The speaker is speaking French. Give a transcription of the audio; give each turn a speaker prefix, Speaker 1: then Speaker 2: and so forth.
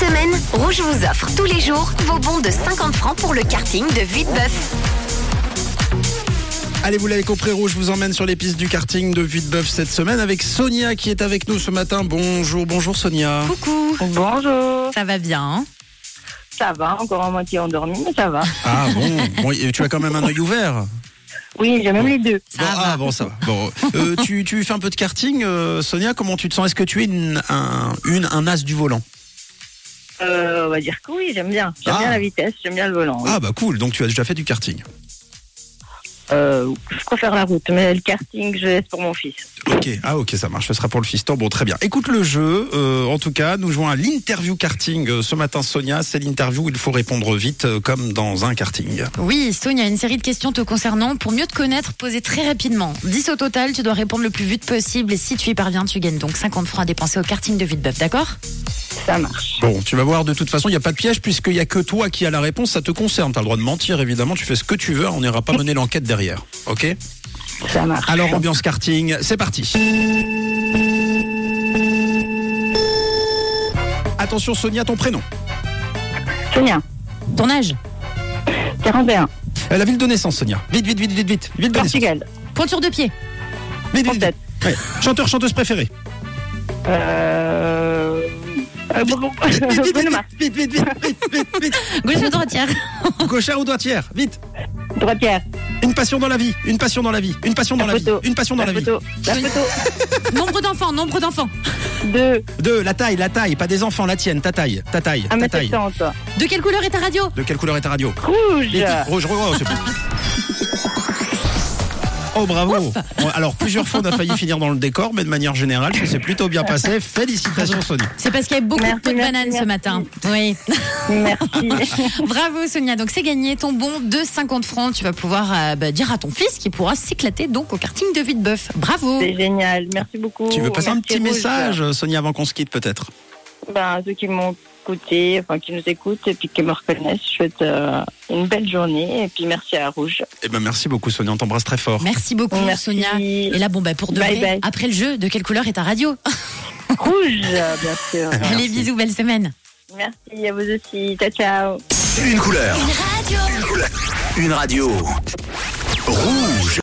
Speaker 1: semaine, Rouge vous offre tous les jours vos bons de 50 francs pour le karting de Vitebeuf.
Speaker 2: Allez, vous l'avez compris, Rouge vous emmène sur les pistes du karting de Vitebeuf cette semaine avec Sonia qui est avec nous ce matin. Bonjour, bonjour Sonia.
Speaker 3: Coucou,
Speaker 4: Bonjour,
Speaker 3: ça va bien hein
Speaker 4: ça va, encore en moitié endormi, mais ça va.
Speaker 2: Ah bon, bon, et tu as quand même un œil ouvert.
Speaker 4: Oui, j'ai même les deux.
Speaker 3: Ça
Speaker 2: Bon,
Speaker 3: va.
Speaker 2: ah bon, ça va. Bon, Euh, tu, tu fais un peu de karting, euh, Sonia, comment tu te sens Est-ce que tu es une, un, une, un as du volant
Speaker 4: Euh, on va dire que oui, j'aime bien. J'aime
Speaker 2: Ah.
Speaker 4: bien la vitesse, j'aime bien le volant. oui.
Speaker 2: Ah bah cool, donc tu as déjà fait du karting.
Speaker 4: Euh, je préfère la route, mais le karting, je laisse pour mon fils.
Speaker 2: Ok, ah ok, ça marche, ce sera pour le fiston. Bon, très bien. Écoute le jeu, euh, en tout cas, nous jouons à l'interview karting euh, ce matin, Sonia. C'est l'interview où il faut répondre vite, euh, comme dans un karting.
Speaker 3: Oui, Sonia, une série de questions te concernant pour mieux te connaître, posées très rapidement. 10 au total, tu dois répondre le plus vite possible et si tu y parviens, tu gagnes donc 50 francs à dépenser au karting de Vitebeuf, d'accord
Speaker 4: Ça marche.
Speaker 2: Bon, tu vas voir, de toute façon, il n'y a pas de piège, puisqu'il n'y a que toi qui as la réponse, ça te concerne. Tu as le droit de mentir, évidemment, tu fais ce que tu veux, on n'ira pas mener l'enquête derrière. Ok
Speaker 4: Ça marche.
Speaker 2: Alors, ambiance karting, c'est parti. Attention, Sonia, ton prénom.
Speaker 4: Sonia,
Speaker 3: Ton âge
Speaker 4: 41,
Speaker 2: Euh, La ville de naissance, Sonia. Vite, vite, vite, vite, vite. Ville de naissance.
Speaker 4: Portugal,
Speaker 3: Pointure de pied
Speaker 2: Vite, vite, vite.
Speaker 4: française.
Speaker 2: Ouais. Chanteur, chanteuse préférée.
Speaker 4: Euh... euh, bon, bon, Bruno Mars,
Speaker 2: vite, vite, vite, vite, vite, vite.
Speaker 3: Gauche ou droitière
Speaker 2: Gauchère ou droitière Vite.
Speaker 4: droitière,
Speaker 2: Une passion dans la vie, une passion dans la vie, une passion dans la,
Speaker 4: La
Speaker 2: vie,
Speaker 4: photo.
Speaker 2: une passion dans la,
Speaker 4: la
Speaker 2: vie.
Speaker 4: photo, la photo,
Speaker 3: Nombre d'enfants, nombre d'enfants
Speaker 4: de
Speaker 2: Deux, la taille, la taille, pas des enfants, la tienne, ta taille, ta
Speaker 4: Ah,
Speaker 2: taille, ta taille.
Speaker 4: 1m70,
Speaker 3: De quelle couleur est ta radio
Speaker 2: De quelle couleur est ta radio
Speaker 4: rouge,
Speaker 2: Vite, Rouge, rouge, rouge, c'est bon. Oh bravo Bon, Alors plusieurs fois on a failli finir dans le décor, mais de manière générale, ça s'est plutôt bien passé. Félicitations Sonia.
Speaker 3: C'est parce qu'il y avait beaucoup
Speaker 4: Merci,
Speaker 3: de peau de
Speaker 4: merci,
Speaker 3: banane ce
Speaker 4: merci.
Speaker 3: matin. Oui.
Speaker 4: merci.
Speaker 3: Bravo Sonia, donc c'est gagné ton bon de 50 francs. Tu vas pouvoir euh, bah, dire à ton fils qu'il pourra s'éclater donc au karting de Vitebeuf. Bravo
Speaker 4: C'est génial, merci beaucoup.
Speaker 2: Tu veux passer un
Speaker 4: Oh,
Speaker 2: petit
Speaker 4: Merci, Rouge.
Speaker 2: message Sonia avant qu'on se quitte peut-être
Speaker 4: ben, à ceux qui m'ont écouté, enfin qui nous écoutent et puis qui me reconnaissent, je souhaite euh, une belle journée et puis merci à Rouge.
Speaker 2: Eh ben merci beaucoup Sonia, on t'embrasse très fort.
Speaker 3: Merci beaucoup
Speaker 4: Merci.
Speaker 3: Sonia. Et là, bon, bah, pour de
Speaker 4: Bye
Speaker 3: vrai,
Speaker 4: bye.
Speaker 3: après le jeu, de quelle couleur est ta radio
Speaker 4: Rouge, euh, bien sûr.
Speaker 3: Allez, bisous, belle semaine.
Speaker 4: Merci à vous aussi. Ciao, ciao.
Speaker 5: Une couleur. Une radio. Une radio. Rouge.